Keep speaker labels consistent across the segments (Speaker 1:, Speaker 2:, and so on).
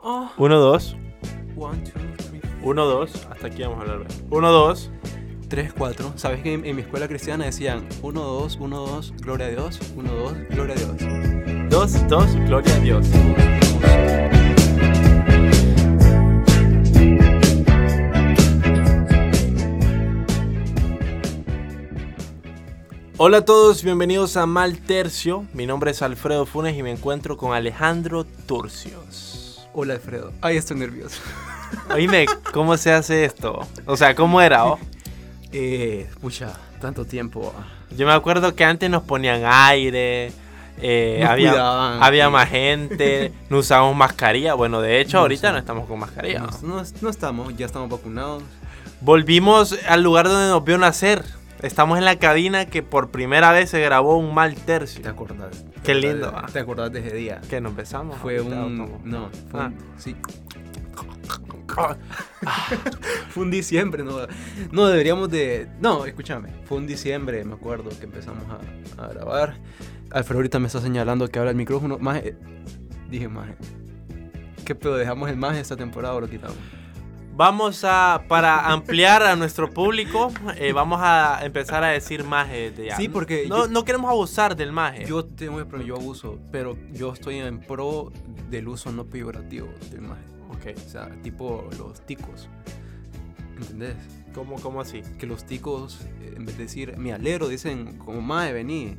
Speaker 1: Oh,
Speaker 2: Uno, dos.
Speaker 1: one, two, three,
Speaker 2: Uno, dos. Hasta aquí vamos a hablar. Uno, dos.
Speaker 1: tres, cuatro. ¿Sabes que en, en mi escuela cristiana decían 1, 2, 1, 2, gloria a Dios, 1, 2, gloria a Dios?
Speaker 2: Dos, dos. Gloria a Dios. Hola a todos, bienvenidos a Mal Tercio. Mi nombre es Alfredo Funes y me encuentro con Alejandro Turcios.
Speaker 1: Hola Alfredo. Ay, estoy nervioso.
Speaker 2: Oíme, ¿cómo se hace esto? O sea, ¿cómo era? oh?
Speaker 1: Eh, pucha, tanto tiempo. ah.
Speaker 2: Yo me acuerdo que antes nos ponían aire, eh,
Speaker 1: Nos
Speaker 2: había,
Speaker 1: cuidaban.
Speaker 2: había más gente, no usábamos mascarilla. Bueno, de hecho,
Speaker 1: No
Speaker 2: ahorita no
Speaker 1: usamos.
Speaker 2: estamos con mascarilla.
Speaker 1: No, no, no estamos, ya estamos vacunados.
Speaker 2: Volvimos al lugar donde nos vio nacer. Estamos en la cabina que por primera vez se grabó un mal
Speaker 1: ¿Te
Speaker 2: tercio.
Speaker 1: acordás? ¿Te
Speaker 2: Qué
Speaker 1: acordás
Speaker 2: lindo,
Speaker 1: de-
Speaker 2: ah.
Speaker 1: ¿Te acordás de ese día?
Speaker 2: Que nos empezamos.
Speaker 1: Fue un... No, fue
Speaker 2: Ah.
Speaker 1: un... Sí. Fue un diciembre, no, no deberíamos de... No, escúchame, fue un diciembre, me acuerdo, que empezamos a, a grabar. Alfredo ahorita me está señalando que habla el micrófono. Más, dije, más, ¿qué pedo? ¿Dejamos el más esta temporada o lo quitamos?
Speaker 2: Vamos a, para ampliar a nuestro público, eh, vamos a empezar a decir maje de ya.
Speaker 1: Sí, porque
Speaker 2: No, Eh.
Speaker 1: yo-
Speaker 2: no queremos abusar del maje.
Speaker 1: Yo tengo el problema, yo abuso, pero yo estoy en pro del uso no peyorativo del más.
Speaker 2: Ok,
Speaker 1: O sea, tipo los ticos. ¿Entendés?
Speaker 2: ¿cómo, cómo así?
Speaker 1: que los ticos, eh, en vez de decir mi alero, dicen como mae, vení.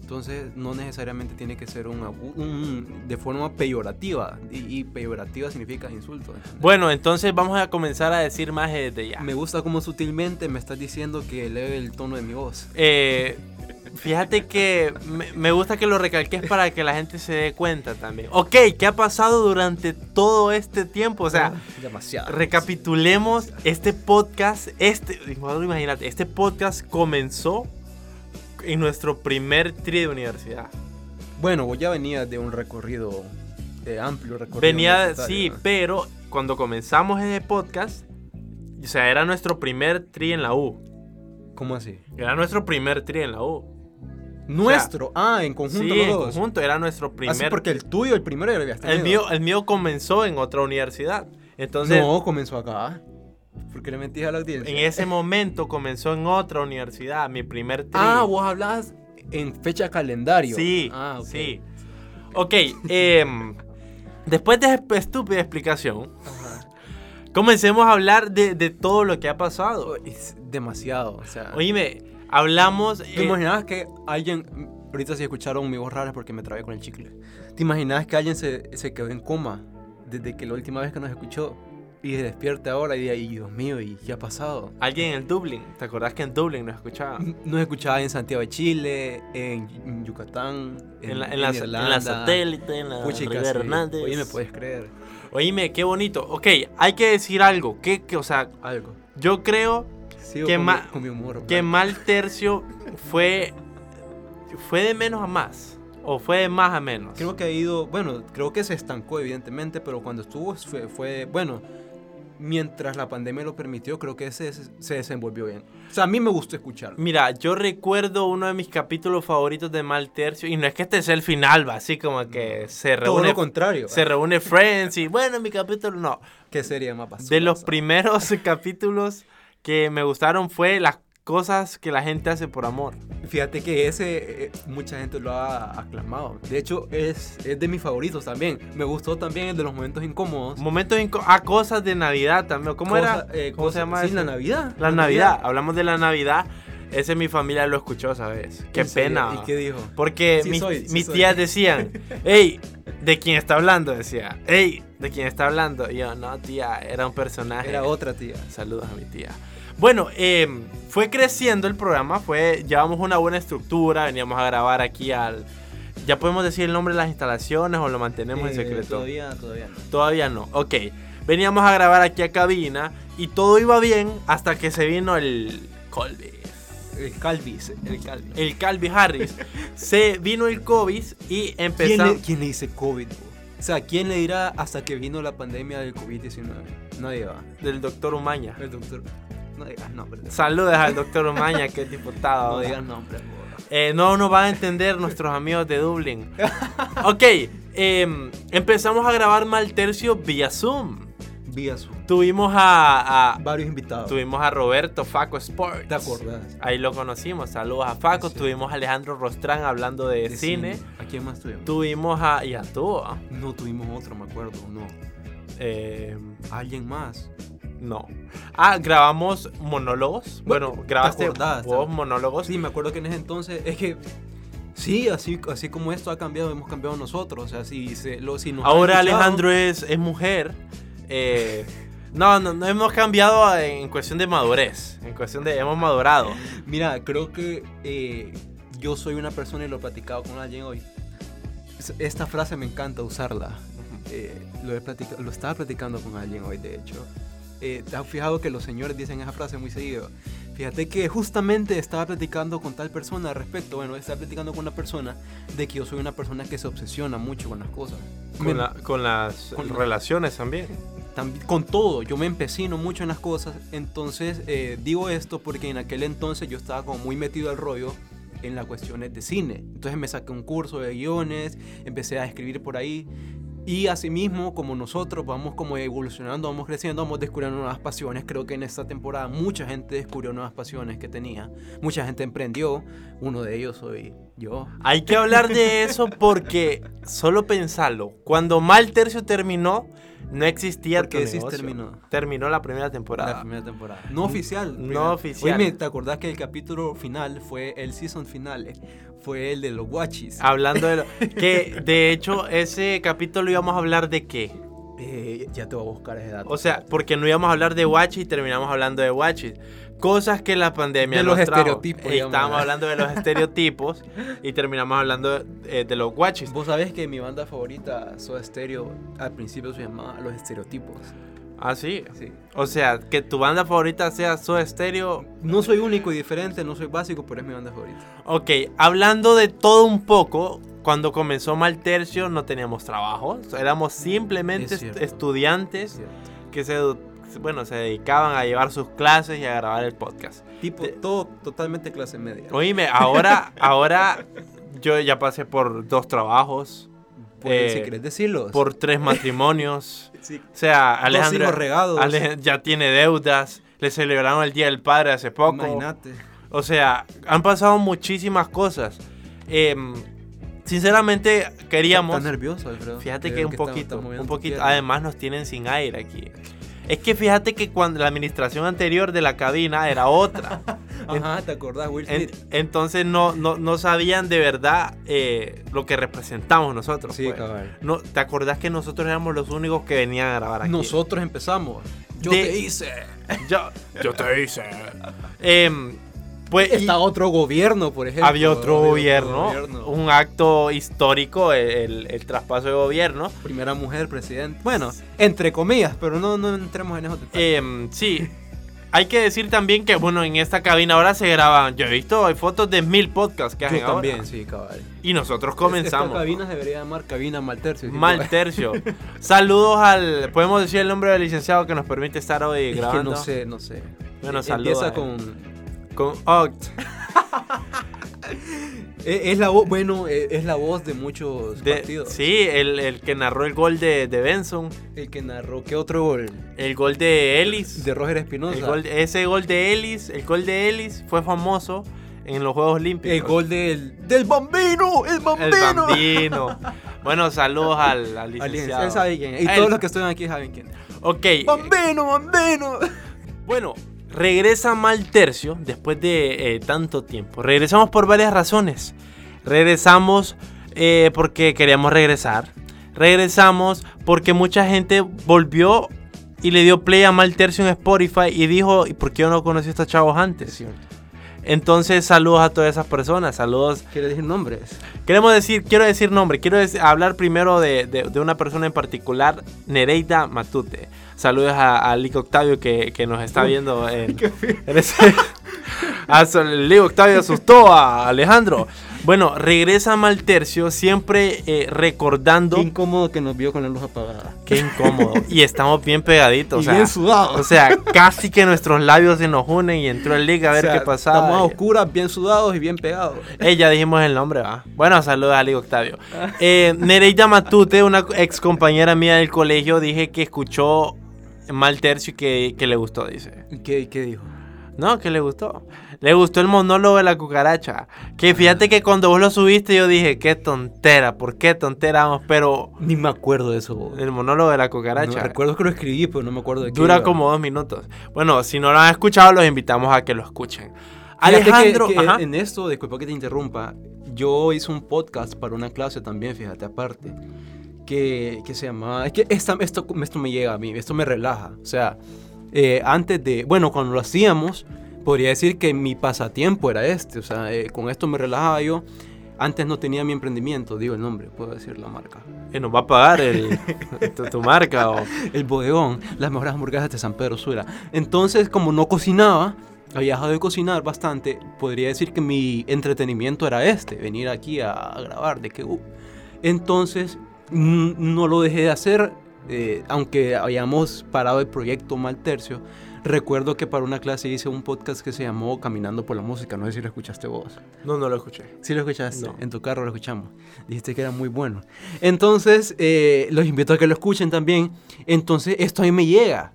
Speaker 1: Entonces, no necesariamente tiene que ser un, abu- un- de forma peyorativa. Y, y peyorativa significa insulto. ¿entendés?
Speaker 2: Bueno, entonces vamos a comenzar a decir maje desde ya.
Speaker 1: Me gusta como sutilmente me estás diciendo que eleve el tono de mi voz.
Speaker 2: Eh, fíjate que me, me gusta que lo recalques para que la gente se dé cuenta también. Ok, ¿qué ha pasado durante todo este tiempo? O sea,
Speaker 1: demasiado.
Speaker 2: recapitulemos este podcast. Este, bueno, imagínate, este podcast comenzó en nuestro primer tri de universidad.
Speaker 1: Ah, Bueno, vos ya venías de un recorrido, de amplio recorrido.
Speaker 2: Venía,
Speaker 1: universitario,
Speaker 2: sí,
Speaker 1: ¿no?
Speaker 2: pero cuando comenzamos ese podcast, o sea, era nuestro primer tri en la U.
Speaker 1: ¿Cómo así?
Speaker 2: Era nuestro primer tri en la U.
Speaker 1: Nuestro. ah, en conjunto
Speaker 2: sí,
Speaker 1: los
Speaker 2: en
Speaker 1: dos.
Speaker 2: conjunto, era nuestro
Speaker 1: Así
Speaker 2: primer
Speaker 1: porque el tuyo, el primero, ya lo habías
Speaker 2: El
Speaker 1: tenido.
Speaker 2: mío, el mío comenzó en otra universidad. Entonces,
Speaker 1: no, comenzó acá. ¿Por qué le mentís a la audiencia?
Speaker 2: en ese momento comenzó en otra universidad, mi primer tri.
Speaker 1: Ah, vos hablabas en fecha calendario.
Speaker 2: Sí,
Speaker 1: Ah, ok.
Speaker 2: sí. Ok, em, después de esa estúpida explicación,
Speaker 1: Ajá.
Speaker 2: comencemos a hablar de, de todo lo que ha pasado.
Speaker 1: Es demasiado, o sea.
Speaker 2: Oíme, hablamos...
Speaker 1: ¿Te
Speaker 2: eh,
Speaker 1: imaginabas que alguien. Ahorita si escucharon mi voz rara es porque me trabé con el chicle. ¿Te imaginabas que alguien se, se quedó en coma desde que la última vez que nos escuchó y se despierta ahora y diga, "Y, Dios mío, ¿y qué ha pasado?
Speaker 2: alguien en Dublín, ¿te acordás que en Dublín nos escuchaba?
Speaker 1: Nos escuchaba en Santiago de Chile, en, en Yucatán, en,
Speaker 2: En la, en la-
Speaker 1: Nueva
Speaker 2: en la
Speaker 1: Zelanda.
Speaker 2: satélite, en la
Speaker 1: Pucha, y
Speaker 2: Rivera
Speaker 1: casi-
Speaker 2: Hernández.
Speaker 1: Oye, me puedes creer
Speaker 2: Oíme, qué bonito. Ok, hay que decir algo. Que, que, o sea,
Speaker 1: algo.
Speaker 2: yo creo
Speaker 1: Sigo
Speaker 2: ¿Qué
Speaker 1: con, mi-
Speaker 2: ma-
Speaker 1: con mi humor.
Speaker 2: que
Speaker 1: blanco.
Speaker 2: mal tercio fue fue de menos a más o fue de más a menos.
Speaker 1: Creo que ha ido, bueno, creo que se estancó evidentemente, pero cuando estuvo fue, fue bueno, mientras la pandemia lo permitió, creo que se, se desenvolvió bien. O sea, a mí me gustó escucharlo.
Speaker 2: Mira, yo recuerdo uno de mis capítulos favoritos de Mal Tercio y no es que este sea el final, va, así como que se
Speaker 1: Todo
Speaker 2: reúne
Speaker 1: lo contrario.
Speaker 2: se reúne Friends y bueno, mi capítulo no.
Speaker 1: ¿Qué sería más basura,
Speaker 2: De los
Speaker 1: ¿sabes?
Speaker 2: primeros capítulos que me gustaron fue las cosas que la gente hace por amor.
Speaker 1: Fíjate que ese eh, mucha gente lo ha aclamado. De hecho, es, es de mis favoritos también. Me gustó también el de los momentos incómodos.
Speaker 2: Momentos inco- ah, cosas de Navidad también. ¿Cómo era?
Speaker 1: Cosa- eh,
Speaker 2: ¿Cómo
Speaker 1: cosa-
Speaker 2: se llama?
Speaker 1: sí,
Speaker 2: ese?
Speaker 1: la Navidad.
Speaker 2: La Navidad, hablamos de la Navidad. Ese mi familia lo escuchó, ¿sabes? Qué
Speaker 1: ¿En serio?
Speaker 2: pena.
Speaker 1: ¿Y qué dijo?
Speaker 2: Porque
Speaker 1: Sí
Speaker 2: mis,
Speaker 1: soy, sí
Speaker 2: mis
Speaker 1: soy.
Speaker 2: tías decían, hey, ¿de quién está hablando? Decía, hey, ¿de quién está hablando? Y yo, no, tía, era un personaje.
Speaker 1: Era otra tía.
Speaker 2: Saludos a mi tía. Bueno, eh, fue creciendo el programa, fue, llevamos una buena estructura, veníamos a grabar aquí al... ¿Ya podemos decir el nombre de las instalaciones o lo mantenemos en
Speaker 1: Eh,
Speaker 2: secreto?
Speaker 1: Todavía, todavía no.
Speaker 2: Todavía no. Ok. Veníamos a grabar aquí a cabina y todo iba bien hasta que se vino el Colby.
Speaker 1: El Calvis, el Calvis.
Speaker 2: El Calvi Harris. se vino el COVID y
Speaker 1: ¿Quién le,
Speaker 2: empezamos.
Speaker 1: quién le dice COVID? bo? O sea, ¿quién le dirá hasta que vino la pandemia del COVID-19? Nadie va.
Speaker 2: Del doctor Umaña.
Speaker 1: El doctor. No digas nombres. Ah,
Speaker 2: Saludos al doctor Umaña, que es diputado.
Speaker 1: No
Speaker 2: ¿verdad?
Speaker 1: digas nombres, bo.
Speaker 2: Eh, no nos van a entender nuestros amigos de Dublín. Ok, em, empezamos a grabar Maltercio vía Zoom.
Speaker 1: Vía Zoom.
Speaker 2: Tuvimos a, a-
Speaker 1: Varios invitados.
Speaker 2: tuvimos a Roberto Faco Sports.
Speaker 1: ¿Te acordás?
Speaker 2: Ahí lo conocimos. Saludos a Faco.
Speaker 1: Sí.
Speaker 2: Tuvimos a Alejandro Rostrán hablando de, Eh, cine.
Speaker 1: ¿A quién más tuvimos?
Speaker 2: Tuvimos a. Y a ¿ah? Tua.
Speaker 1: No tuvimos otro, me acuerdo. No.
Speaker 2: Em,
Speaker 1: Alguien más.
Speaker 2: no. Ah, grabamos monólogos.
Speaker 1: Bueno,
Speaker 2: Bueno,
Speaker 1: ¿te
Speaker 2: grabaste
Speaker 1: acordás?
Speaker 2: vos monólogos.
Speaker 1: Sí, me acuerdo que en ese entonces. Es que. Sí, así, así como esto ha cambiado, hemos cambiado nosotros. O sea, si, se, lo, si nos han
Speaker 2: Ahora
Speaker 1: escuchado-
Speaker 2: Alejandro es, es mujer. Eh, no, no, no hemos cambiado en cuestión de madurez. En cuestión de hemos madurado.
Speaker 1: Mira, creo que eh, yo soy una persona y lo he platicado con alguien hoy. Es- Esta frase me encanta usarla. Eh, lo, he platicado, lo estaba platicando con alguien hoy, de hecho. Eh, ¿Te has fijado que los señores dicen esa frase muy seguido? Fíjate que justamente estaba platicando con tal persona al respecto. Bueno, estaba platicando con una persona de que yo soy una persona que se obsesiona mucho con las cosas. Me-
Speaker 2: Con, la- con las
Speaker 1: Con-
Speaker 2: relaciones también.
Speaker 1: tambi- con todo, yo me empecino mucho en las cosas, entonces eh, digo esto porque en aquel entonces yo estaba como muy metido al rollo en las cuestiones de cine, entonces me saqué un curso de guiones, empecé a escribir por ahí y asimismo como nosotros vamos como evolucionando, vamos creciendo, vamos descubriendo nuevas pasiones, creo que en esta temporada mucha gente descubrió nuevas pasiones que tenía, mucha gente emprendió, uno de ellos soy yo.
Speaker 2: Hay que hablar de eso porque solo pensalo. Cuando Mal Tercio terminó, no existía
Speaker 1: ¿Por qué
Speaker 2: tu
Speaker 1: decís
Speaker 2: negocio.
Speaker 1: terminó?
Speaker 2: Terminó la primera temporada.
Speaker 1: La primera temporada. No oficial.
Speaker 2: no
Speaker 1: primera.
Speaker 2: oficial.
Speaker 1: Oíme, ¿te acordás que el capítulo final fue el season final? Fue el de los guachis.
Speaker 2: Hablando de lo, que de hecho ese capítulo íbamos a hablar de qué.
Speaker 1: Eh, ya te voy a buscar esa edad.
Speaker 2: O sea, porque no íbamos a hablar de Watchis y terminamos hablando de Watchis. Cosas que la pandemia
Speaker 1: De
Speaker 2: nos
Speaker 1: los
Speaker 2: trajo.
Speaker 1: estereotipos,
Speaker 2: Eh,
Speaker 1: digamos,
Speaker 2: Estábamos
Speaker 1: ¿verdad?
Speaker 2: hablando de los estereotipos y terminamos hablando eh, de los Watchis.
Speaker 1: Vos sabés que mi banda favorita, Soda Stereo, al principio se llamaba Los Estereotipos.
Speaker 2: Ah, sí.
Speaker 1: Sí.
Speaker 2: O sea, que tu banda favorita sea Soda Stereo.
Speaker 1: No soy único y diferente, no soy básico, pero es mi banda favorita.
Speaker 2: Ok, hablando de todo un poco, cuando comenzó Maltercio no teníamos trabajo. Éramos simplemente
Speaker 1: Es cierto.
Speaker 2: est- estudiantes que se, bueno, se dedicaban a llevar sus clases y a grabar el podcast.
Speaker 1: Tipo,
Speaker 2: De-
Speaker 1: todo totalmente clase media.
Speaker 2: Oíme, ahora, ahora yo ya pasé por dos trabajos,
Speaker 1: Por-
Speaker 2: eh,
Speaker 1: si querés decirlo.
Speaker 2: por tres matrimonios.
Speaker 1: Sí.
Speaker 2: O sea,
Speaker 1: Dos
Speaker 2: Alejandro
Speaker 1: hijos regados.
Speaker 2: Ale- ya tiene deudas. Le celebraron el Día del Padre hace poco.
Speaker 1: Imagínate.
Speaker 2: O sea, han pasado muchísimas cosas. Em, sinceramente, queríamos...
Speaker 1: Estás nervioso, Alfredo.
Speaker 2: Fíjate
Speaker 1: Te
Speaker 2: que
Speaker 1: veo
Speaker 2: un
Speaker 1: estás-
Speaker 2: poquito,
Speaker 1: estás moviendo
Speaker 2: un
Speaker 1: tu
Speaker 2: poquito.
Speaker 1: pierna.
Speaker 2: Además nos tienen sin aire aquí. Es que fíjate que cuando la administración anterior de la cabina era otra.
Speaker 1: Ajá, ¿te acordás, Will
Speaker 2: En-
Speaker 1: Smith?
Speaker 2: entonces no, no, no sabían de verdad eh, lo que representamos nosotros.
Speaker 1: Sí,
Speaker 2: pues.
Speaker 1: cabal.
Speaker 2: no, ¿Te acordás que nosotros éramos los únicos que venían a grabar aquí?
Speaker 1: Nosotros empezamos. Yo
Speaker 2: De-
Speaker 1: te hice.
Speaker 2: Yo, yo te hice. Em, pues, y
Speaker 1: Está otro gobierno, por ejemplo.
Speaker 2: había otro gobierno,
Speaker 1: gobierno.
Speaker 2: un acto histórico, el, el- el traspaso de gobierno.
Speaker 1: Primera mujer presidente. Bueno, entre comillas, pero no, no entremos en esos detalles.
Speaker 2: Em, sí, hay que decir también que, bueno, en esta cabina ahora se graban. Yo he visto, hay fotos de mil podcasts que hacen
Speaker 1: Yo
Speaker 2: ahora.
Speaker 1: también, sí, cabal.
Speaker 2: Y nosotros
Speaker 1: Esta
Speaker 2: comenzamos.
Speaker 1: cabina se debería llamar cabina Maltercio.
Speaker 2: Mal tercio. Saludos al. Podemos decir el nombre del licenciado que nos permite estar hoy
Speaker 1: Es que
Speaker 2: grabando.
Speaker 1: no sé, no sé.
Speaker 2: Bueno,
Speaker 1: Eh,
Speaker 2: saluda,
Speaker 1: Empieza
Speaker 2: eh.
Speaker 1: con...
Speaker 2: Con oh,
Speaker 1: Eh, Es la voz, bueno, eh, es la voz de muchos
Speaker 2: de-
Speaker 1: partidos.
Speaker 2: sí, el, el que narró el gol de, de Benson.
Speaker 1: El que narró, ¿qué otro gol?
Speaker 2: El gol de Ellis.
Speaker 1: De Roger
Speaker 2: el
Speaker 1: Espinosa.
Speaker 2: gol, ese gol de Ellis. El gol de Ellis fue famoso en los Juegos Olímpicos.
Speaker 1: El gol del... ¡Del bambino! ¡El
Speaker 2: El
Speaker 1: bambino!
Speaker 2: bambino. bueno, saludos al, al
Speaker 1: Aliens,
Speaker 2: licenciado.
Speaker 1: él sabe quién es. Y
Speaker 2: Él-
Speaker 1: todos los que estuvieron aquí saben quién es.
Speaker 2: Ok. eh,
Speaker 1: ¡Bambino, bambino!
Speaker 2: Bueno, regresa mal tercio después de eh, tanto tiempo. Regresamos por varias razones. Regresamos eh, porque queríamos regresar. Regresamos porque mucha gente volvió y le dio play a mal tercio en Spotify y dijo, ¿y por qué yo no conocí a estos chavos antes? Entonces, saludos a todas esas personas, saludos.
Speaker 1: ¿Quieres decir nombres?
Speaker 2: Queremos decir, quiero decir nombre, quiero dec- hablar primero de, de- de una persona en particular, Nereida Matute. Saludos a, a Lick Octavio que, que nos está Ah, viendo en, en ese- a su- Lick Octavio asustó a Alejandro. Bueno, regresa Maltercio siempre eh, recordando.
Speaker 1: Qué incómodo que nos vio con la luz apagada.
Speaker 2: Qué incómodo. y estamos bien pegaditos.
Speaker 1: Y
Speaker 2: o sea,
Speaker 1: bien sudados.
Speaker 2: O sea, casi que nuestros labios se nos unen y entró el liga a ver
Speaker 1: O sea,
Speaker 2: qué pasaba.
Speaker 1: Estamos a oscuras, bien sudados y bien pegados.
Speaker 2: Eh, ya dijimos el nombre, va. Bueno, saludos a Liga Octavio. Eh, Nereida Matute, una ex compañera mía del colegio, dije que escuchó Maltercio y que, que le gustó, dice.
Speaker 1: ¿Y ¿Qué, qué dijo?
Speaker 2: No, que le gustó. Le gustó el monólogo de la cucaracha. Que fíjate que cuando vos lo subiste yo dije, qué tontera, ¿por qué tontera? vamos? Pero
Speaker 1: Ni me acuerdo de eso. bo.
Speaker 2: el monólogo de la
Speaker 1: No,
Speaker 2: cucaracha
Speaker 1: recuerdo que lo escribí, pero no me acuerdo de qué.
Speaker 2: dura
Speaker 1: iba.
Speaker 2: como dos minutos. Bueno, si no lo han escuchado, los invitamos a que lo escuchen.
Speaker 1: Fíjate que-
Speaker 2: Alejandro,
Speaker 1: que
Speaker 2: ajá.
Speaker 1: en esto, disculpa que te interrumpa, yo hice un podcast para una clase también, fíjate, aparte, que, que se llamaba, es que esta- esto, esto me llega a mí, esto me relaja, o sea, eh, antes de, bueno, cuando lo hacíamos, podría decir que mi pasatiempo era este, o sea, eh, con esto me relajaba yo, antes no tenía mi emprendimiento, digo el nombre, puedo decir la marca,
Speaker 2: Eh, nos va a pagar el, tu, tu marca. o-
Speaker 1: el bodegón, las mejores hamburguesas de San Pedro Sula. Entonces, como no cocinaba, había dejado de cocinar bastante, podría decir que mi entretenimiento era este, venir aquí a, a grabar de que... uh. Entonces, n- no lo dejé de hacer, eh, aunque habíamos parado el proyecto mal tercio. Recuerdo que para una clase hice un podcast que se llamó Caminando por la Música, no sé si lo escuchaste vos.
Speaker 2: No, no lo escuché.
Speaker 1: Sí lo escuchaste,
Speaker 2: No.
Speaker 1: en tu carro lo escuchamos. Dijiste que era muy bueno. Entonces, eh, los invito a que lo escuchen también. Entonces, esto a mí me llega.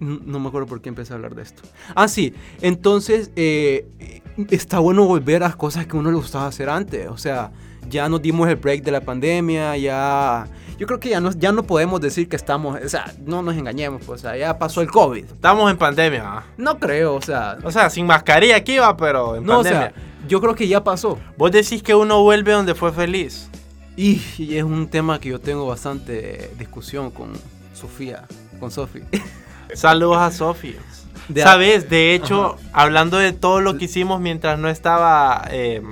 Speaker 1: N- No, me acuerdo por qué empecé a hablar de esto. Ah, sí. Entonces, eh, está bueno volver a las cosas que uno le gustaba hacer antes. O sea, ya nos dimos el break de la pandemia, ya... Yo creo que ya no, ya no podemos decir que estamos... O sea, no nos engañemos, pues, o sea, ya pasó el COVID.
Speaker 2: Estamos en pandemia. ¿va?
Speaker 1: No creo, o sea...
Speaker 2: O sea, sin mascarilla aquí va, pero en
Speaker 1: No, o
Speaker 2: pandemia.
Speaker 1: sea, yo creo que ya pasó.
Speaker 2: Vos decís que uno vuelve donde fue feliz.
Speaker 1: Y, y es un tema que yo tengo bastante discusión con Sofía, con Sofi.
Speaker 2: Saludos a Sofi.
Speaker 1: De-
Speaker 2: Sabes, de hecho, hablando de todo lo que hicimos mientras no estaba. eh,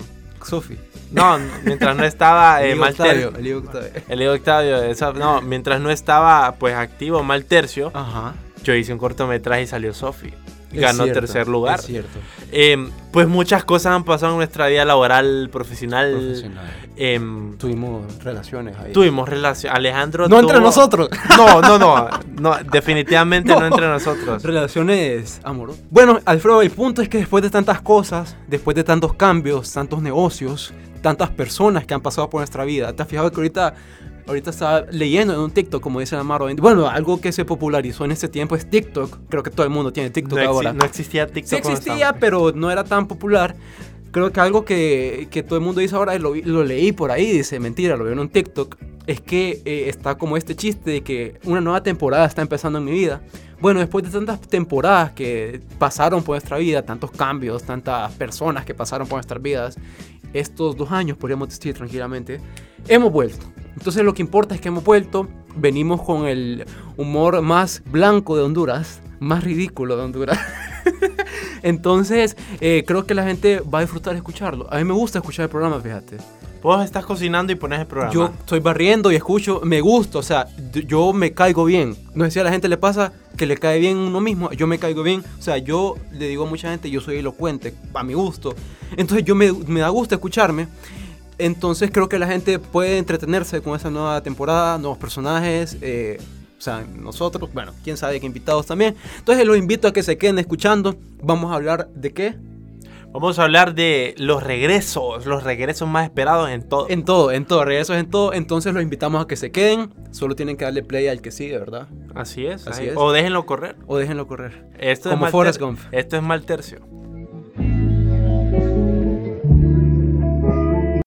Speaker 1: Sofi.
Speaker 2: no, mientras no estaba eh,
Speaker 1: Elío
Speaker 2: Malter-
Speaker 1: Octavio, Elío Octavio.
Speaker 2: El Ego Octavio, esa- no, mientras no estaba pues activo mal tercio,
Speaker 1: Ajá.
Speaker 2: yo hice un cortometraje y salió Sofi.
Speaker 1: es
Speaker 2: Ganó
Speaker 1: cierto,
Speaker 2: tercer lugar.
Speaker 1: Es cierto.
Speaker 2: Em, pues muchas cosas han pasado en nuestra vida laboral, profesional.
Speaker 1: Profesional.
Speaker 2: Em,
Speaker 1: Tuvimos relaciones ahí.
Speaker 2: tuvimos relación. Alejandro.
Speaker 1: no entre
Speaker 2: tuvo-
Speaker 1: nosotros.
Speaker 2: No, no, no. no, definitivamente no.
Speaker 1: No.
Speaker 2: entre nosotros.
Speaker 1: Relaciones amorosas. Bueno, Alfredo, el punto es que después de tantas cosas, después de tantos cambios, tantos negocios, tantas personas que han pasado por nuestra vida, ¿te has fijado que ahorita, ahorita estaba leyendo en un TikTok, como dice la Maro? Bueno, algo que se popularizó en este tiempo es TikTok. Creo que todo el mundo tiene
Speaker 2: No,
Speaker 1: TikTok
Speaker 2: exi-
Speaker 1: ahora.
Speaker 2: no existía TikTok.
Speaker 1: Sí
Speaker 2: cuando
Speaker 1: existía,
Speaker 2: estábamos.
Speaker 1: pero no era tan popular. Creo que algo que, que todo el mundo dice ahora, y lo, vi- lo leí por ahí, dice, mentira, lo veo en un TikTok, es que eh, está como este chiste de que una nueva temporada está empezando en mi vida. Bueno, después de tantas temporadas que pasaron por nuestra vida, tantos cambios, tantas personas que pasaron por nuestras vidas, estos dos años, podríamos decir tranquilamente, hemos vuelto. Entonces lo que importa es que hemos vuelto, venimos con el humor más blanco de Honduras, más ridículo de Honduras. Entonces, eh, creo que la gente va a disfrutar escucharlo. A mí me gusta escuchar el programa, fíjate.
Speaker 2: Vos estás cocinando y pones el programa.
Speaker 1: Yo estoy barriendo y escucho, me gusta, o sea, d- yo me caigo bien. No sé si a la gente le pasa que le cae bien uno mismo, yo me caigo bien. O sea, yo le digo a mucha gente, yo soy elocuente, a mi gusto. Entonces, yo me, me da gusto escucharme. Entonces, creo que la gente puede entretenerse con esa nueva temporada, nuevos personajes. eh, o sea, nosotros, bueno, quién sabe qué invitados también. Entonces, los invito a que se queden escuchando. Vamos a hablar de qué?
Speaker 2: Vamos a hablar de los regresos, los regresos más esperados en todo.
Speaker 1: En todo, en todo, regresos en todo. Entonces los invitamos a que se queden. Solo tienen que darle play al que sigue, ¿verdad?
Speaker 2: Así es,
Speaker 1: Así
Speaker 2: ahí-
Speaker 1: es.
Speaker 2: O déjenlo correr.
Speaker 1: O déjenlo correr.
Speaker 2: Esto
Speaker 1: Como
Speaker 2: es mal
Speaker 1: Forrest
Speaker 2: ter-
Speaker 1: Gump.
Speaker 2: Esto es mal tercio.